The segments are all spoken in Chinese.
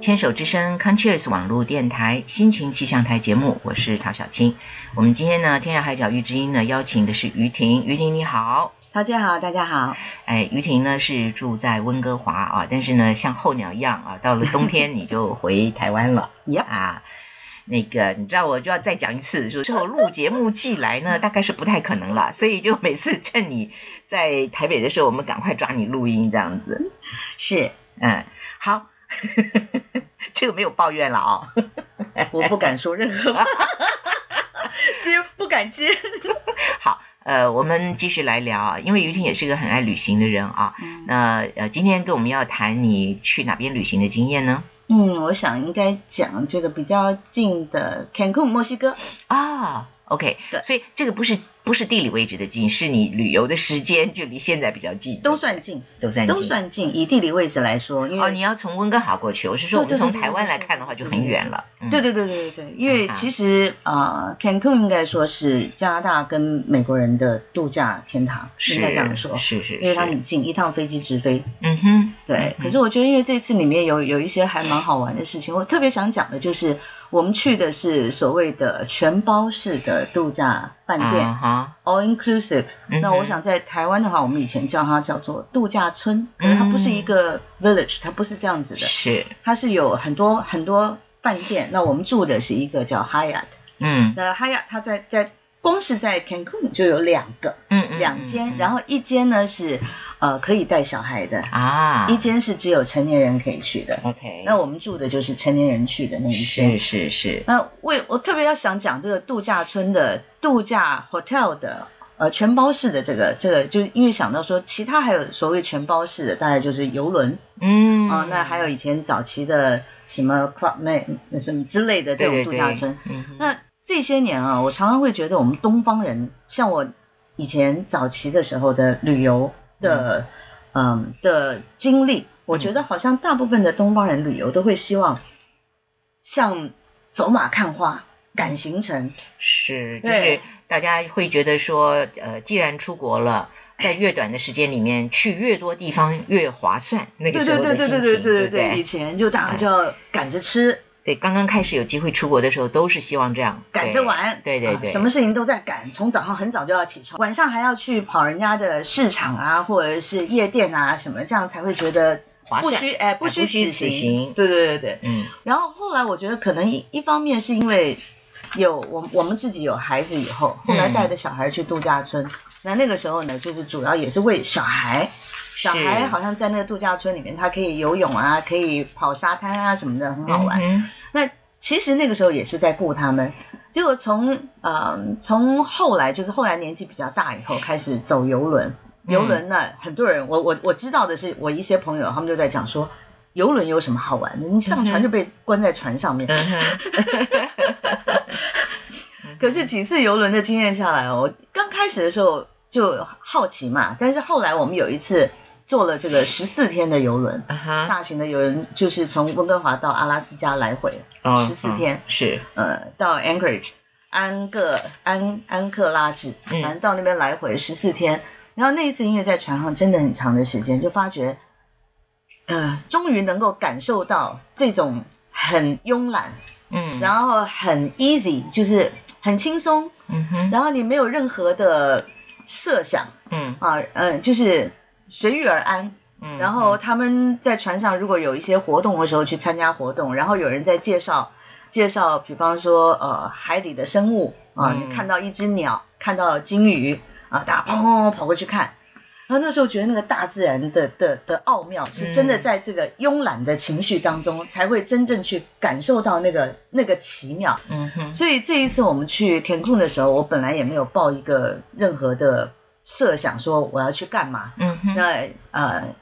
牵手之声 c o n c h e r s 网络电台心情气象台节目，我是陶小青。我们今天呢，天涯海角遇知音呢，邀请的是于婷。于婷你好，陶姐好，大家 好。哎，于婷呢是住在温哥华啊，但是呢像候鸟一样啊，到了冬天你就回台湾了 Yep 啊。那个，你知道我就要再讲一次，说之后录节目寄来呢，大概是不太可能了，所以就每次趁你在台北的时候，我们赶快抓你录音这样子。是嗯，好， 这个没有抱怨了啊、我不敢说任 何话，接不敢接。好，呃，我们继续来聊啊，因为于婷也是个很爱旅行的人啊。那呃，今天跟我们要谈你去哪边旅行的经验呢？嗯，我想应该讲这个比较近的 Cancun 墨西哥。啊、o k 对所以这个不是不是地理位置的近，是你旅游的时间距离现在比较近，都算近，都算都近算近。以地理位置来说，因为、哦。你要从温哥华过去，我是说我对们对对从对台湾对来对看的话就对很对远了。嗯对对对对对对，因为嗯其实啊、呃 Cancun 应该说是加拿大跟美国人的度假天堂，应是该这样说，是是，因为它是很近，一趟飞机直飞。嗯哼，对，嗯可是我觉得，因为这次里面有有一些还蛮好玩的事情，我特别想讲的就是，我们去的是所谓的全包式的度假饭店、啊哈， a l l inclusive）。嗯那哼我想在台湾的话，我们以前叫它叫做度假村，嗯可是它不是一个 village，它不是这样子的，是，它是有很多很多饭店。那我们住的是一个叫 Hyatt，嗯那 Hyatt 它在在光是在 Cancun 就有两个，嗯嗯，两间，嗯然后一间呢是呃可以带小孩的。啊，一间是只有成年人可以去的， OK，那我们住的就是成年人去的那一哦是间。是是，那为我特别要想讲这个度假村的度假 hotel 的呃全包式的这个这个，就因为想到说其他还有所谓全包式的，大概就是游轮嗯啊、那还有以前早期的什么 club man 什么之类的这对对种度对假村。，嗯哼那这些年啊，我常常会觉得我们东方人，像我以前早期的时候的旅游的，嗯的经历，我觉得好像大部分的东方人旅游都会希望像走马看花、赶行程，是就是对大家会觉得说，呃，既然出国了。在越短的时间里面，去越多地方越划算。那个对时对候的对对心情，对对对对不对，以前就大家就要赶着吃、对，刚刚开始有机会出国的时候，都是希望这样，赶对着玩，对对啊对，什么事情都在赶，从早上很早就要起床，晚上还要去跑人家的市场啊，或者是夜店啊什么，这样才会觉得嗯划不算虚哎不不虚虚此此行行，对对对对。嗯然后后来我觉得可能一一方面是因为有我我们自己有孩子以后，嗯后来带着小孩去度假村，那那个时候呢，就是主要也是为小孩。小孩好像在那个度假村里面，他可以游泳啊，可以跑沙滩啊什么的，很好玩。嗯哼那其实那个时候也是在顾他们，结果从呃从后来就是后来年纪比较大以后开始走游轮，嗯游轮呢、很多人我我我知道的是我一些朋友他们就在讲说。游轮有什么好玩的？你上船就被关在船上面。嗯哼 可是几次游轮的经验下来哦，我刚开始的时候就好奇嘛，但是后来我们有一次坐了这个十四天的游轮，啊哈，大型的游轮就是从温哥华到阿拉斯加来回，哦十四嗯天。是呃，到 Anchorage 安克安安克拉治，嗯反正到那边来回十四天。然后那一次因为在船上真的很长的时间，就发觉，呃，终于能够感受到这种很慵懒，嗯，后然后很 easy，就是很轻松，嗯哼然后你没有任何的设想嗯啊，呃，就是随遇而安。嗯，然后他们在船上如果有一些活动的时候去参加活动，然后有人在介绍介绍，比方说呃海底的生物啊，嗯你看到一只鸟，看到鲸鱼啊，大家砰砰砰跑过去看。然后那时候觉得那个大自然的的的奥妙，是真的嗯在这个慵懒的情绪当中，才会真正去感受到那个那个奇妙。嗯哼所以这一次我们去 Cancun 的时候，我本来也没有抱一个任何的设想，说我要去干嘛。嗯哼那呃，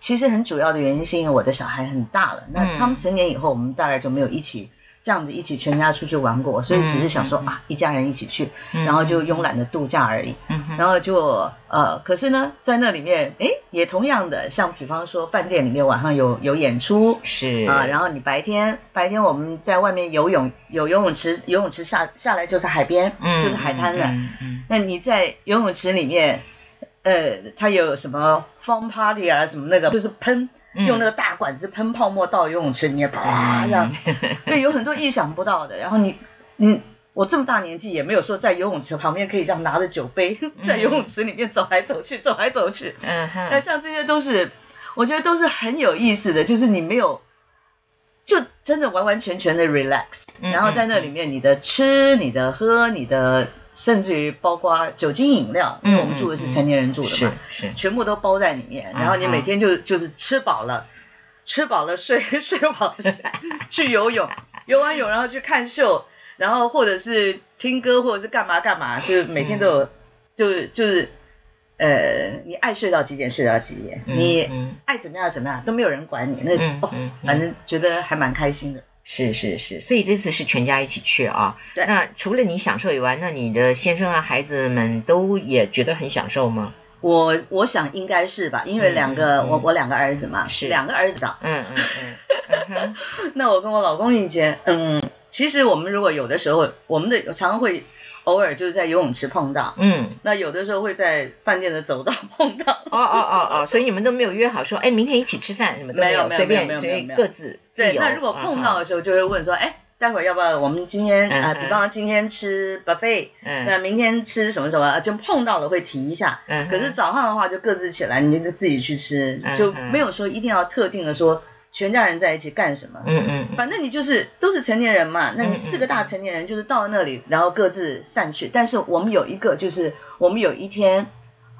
其实很主要的原因是因为我的小孩很大了，嗯那他们成年以后，我们大概就没有一起这样子一起全家出去玩过，所以只是想说、啊，一家人一起去，嗯然后就慵懒的度假而已。嗯哼然后就呃，可是呢，在那里面，诶，也同样的，像比方说饭店里面晚上有有演出。是啊，然后你白天白天我们在外面游泳，有游泳池，游泳池下下来就是海边，嗯就是海滩了。嗯嗯那你在游泳池里面，呃，它有什么 fun party 啊，什么那个，就是喷嗯用那个大管子喷泡沫到游泳池里面，啪这样嗯，对，有很多意想不到的。然后你，你我这么大年纪也没有说在游泳池旁边可以这样拿着酒杯 在游泳池里面走来走去，走来走去。嗯那哼，像这些都是，我觉得都是很有意思的，就是你没有，就真的完完全全的 relax，嗯然后在那里面你的吃、你的喝、你的甚至于包括酒精饮料，因为我们住的是成年人住的嗯是嗯嘛，是，全部都包在里面，然后你每天就就是吃饱了，吃饱了睡 睡饱了去游泳，游完泳然后去看秀，然后或者是听歌或者是干嘛干嘛，就是每天都有，嗯就就是呃，你爱睡到几点睡到几点，嗯你嗯爱怎么样怎么样都没有人管你，那、嗯哦嗯嗯，反正觉得还蛮开心的。是是是，所以这次是全家一起去啊。对那除了你享受以外，那你的先生啊、孩子们都也觉得很享受吗？我我想应该是吧，因为嗯两个、嗯我我两个儿子嘛，是两个儿子的。嗯嗯嗯嗯哼， 那我跟我老公以前，嗯，其实我们如果有的时候，我们的常常会偶尔就是在游泳池碰到，嗯。那有的时候会在饭店的走道碰到。 哦哦哦哦，所以你们都没有约好说，哎，明天一起吃饭什么都没有有，没有随便没有没有随没便有各自自对，由那如果碰到嗯的时候，就会问说，哎，待会儿要不要我们今天嗯啊、呃嗯比方说今天吃 buffet，、那嗯明天吃什么什么，呃就碰到了会提一下。嗯哼，可是早上的话，就各自起来，你就自己去吃，嗯就嗯没有说一定要特定的说全家人在一起干什么。嗯嗯嗯反正你就是都是成年人嘛，那嗯嗯你四个大成年人就是到了那里，然后各自散去。但是我们有一个，就是我们有一天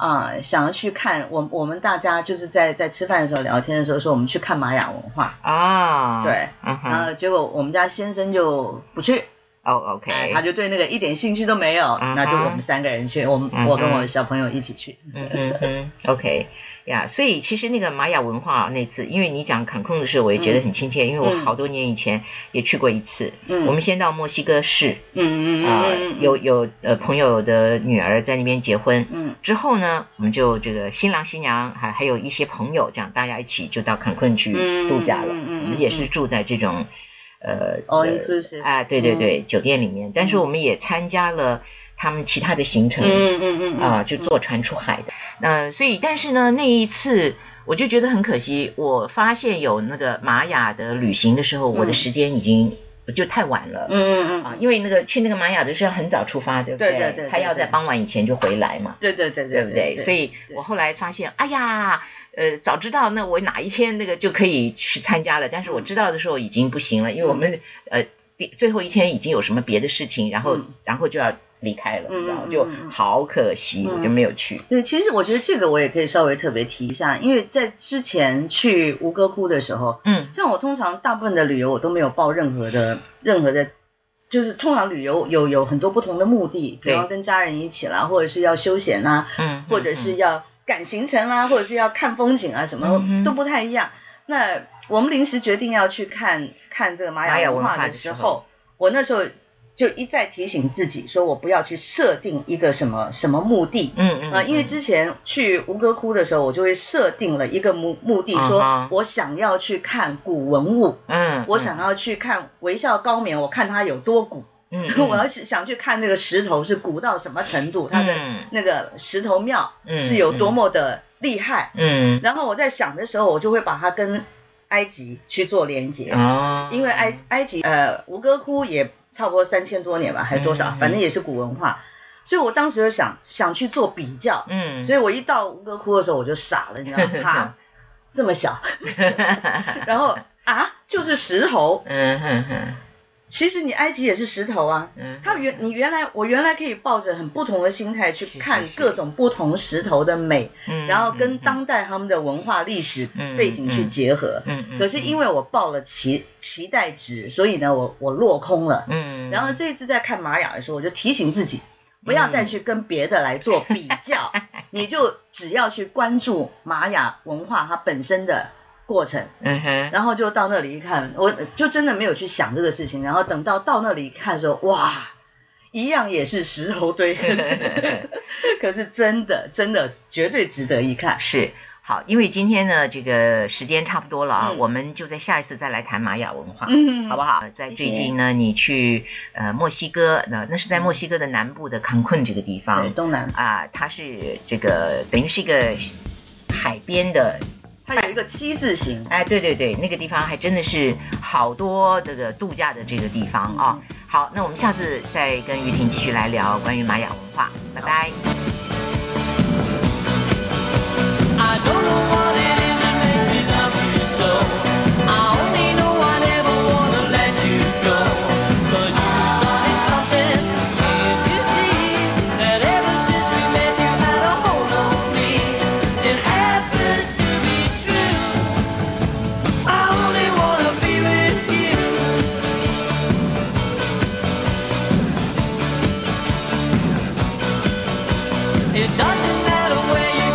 啊、想要去看我我们大家就是在在吃饭的时候聊天的时候说我们去看玛雅文化，啊，对，嗯然哼，后结果我们家先生就不去，哦哎 OK，他就对那个一点兴趣都没有，嗯哼那就我们三个人去，我们嗯哼我跟我小朋友一起去，嗯嗯嗯，OK 呀、所以其实那个玛雅文化那次，因为你讲坎昆的时候，我也觉得很亲切，因为我嗯好多年以前也去过一次。嗯我们先到墨西哥市，嗯啊、有有呃朋友的女儿在那边结婚。嗯之后呢，我们就这个新郎新娘还还有一些朋友，这样大家一起就到坎昆去嗯度假了。嗯嗯嗯我们也是住在这种呃 all 呃 inclusive，啊，对对嗯对，酒店里面。但是我们也参加了他们其他的行程，嗯嗯嗯啊，就坐船出海的。呃，所以但是呢，那一次我就觉得很可惜，我发现有那个玛雅的旅行的时候，我的嗯时间已经就太晚了。嗯嗯啊嗯，，因为那个去那个玛雅的是要很早出发，对不对对对对他要在对傍晚以前就回来嘛，对对对对不对对？所以对我后来发现，哎呀，呃，早知道那我哪一天那个就可以去参加了，但是我知道的时候已经不行嗯了，因为我们呃第最后一天已经有什么别的事情，然后、嗯然后就要离开了，嗯然后嗯就嗯嗯好可惜，我就没有去。对，其实我觉得这个我也可以稍微特别提一下，因为在之前去吴哥窟的时候，嗯像我通常大部分的旅游我都没有报任何的任何的，就是通常旅游有有很多不同的目的，比对方跟家人一起啦，或者是要休闲啦，嗯，或者是嗯要赶行程啦，或者是要看风景啊，什么、嗯哼都不太一样。那我们临时决定要去看看这个玛玛雅雅文文化化的的时时候，候我那时候就一再提醒自己，说我不要去设定一个什么什么目的，嗯嗯啊，因为嗯之前去吴哥窟的时候，我就会设定了一个目目的，啊说哈我想要去看古文物，嗯，我想要去看微笑高棉，我看它有多古，嗯，嗯 我要是想去看那个石头是古到什么程度，它的嗯那个石头庙嗯是有多么的厉害。嗯然后我在想的时候，我就会把它跟埃及去做连接，哦，因为埃埃及呃吴哥窟也差不多三千多年吧，还是多少，嗯嗯反正也是古文化，所以我当时就想想去做比较。嗯，所以我一到吴哥窟的时候，我就傻了，你知道 吗？哈，这么小，然后啊，就是石头。嗯哼哼其实你埃及也是石头啊。嗯，它原你原来我原来可以抱着很不同的心态是是去看是各种不同石头的美，嗯然后嗯跟嗯当代他们的文化历史嗯背景去嗯结合。嗯嗯，可是因为我抱了期期待值，所以呢，我我落空了。嗯，然后这次在看玛雅的时候，我就提醒自己，不要嗯再去跟别的来做比 较，你就只要去关注玛雅文化它本身的过程，嗯哼，然后就到那里一看，我就真的没有去想这个事情。然后等到到那里一看的时候，哇，一样也是石头 堆，可是真的真的绝对值得一看。是。好，因为今天呢，这个时间差不多了啊，嗯我们就在下一次再来谈玛雅文化，嗯好不好？在最近呢，你去呃墨西哥，那那是在墨西哥的南部的坎昆这个地对，方东南啊，它是这个等于是一个海边的它有一个七字形。哎，对对对，那个地方还真的是好多这个度假的这个地方啊、好，那我们下次再跟玉婷继续来聊关于玛雅文化，拜拜。 I don't know what it is that makes me love you so. I only know I never wanna let you go. 'Cause you started something, can't you see? That ever since we met, you had a hold on me. It happens to be true. I only wanna be with you. It doesn't matter where you